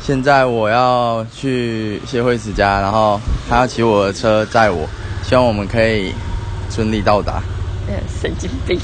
现在我要去谢惠子家，然后他要骑我的车载我，希望我们可以顺利到达。嗯，神经病。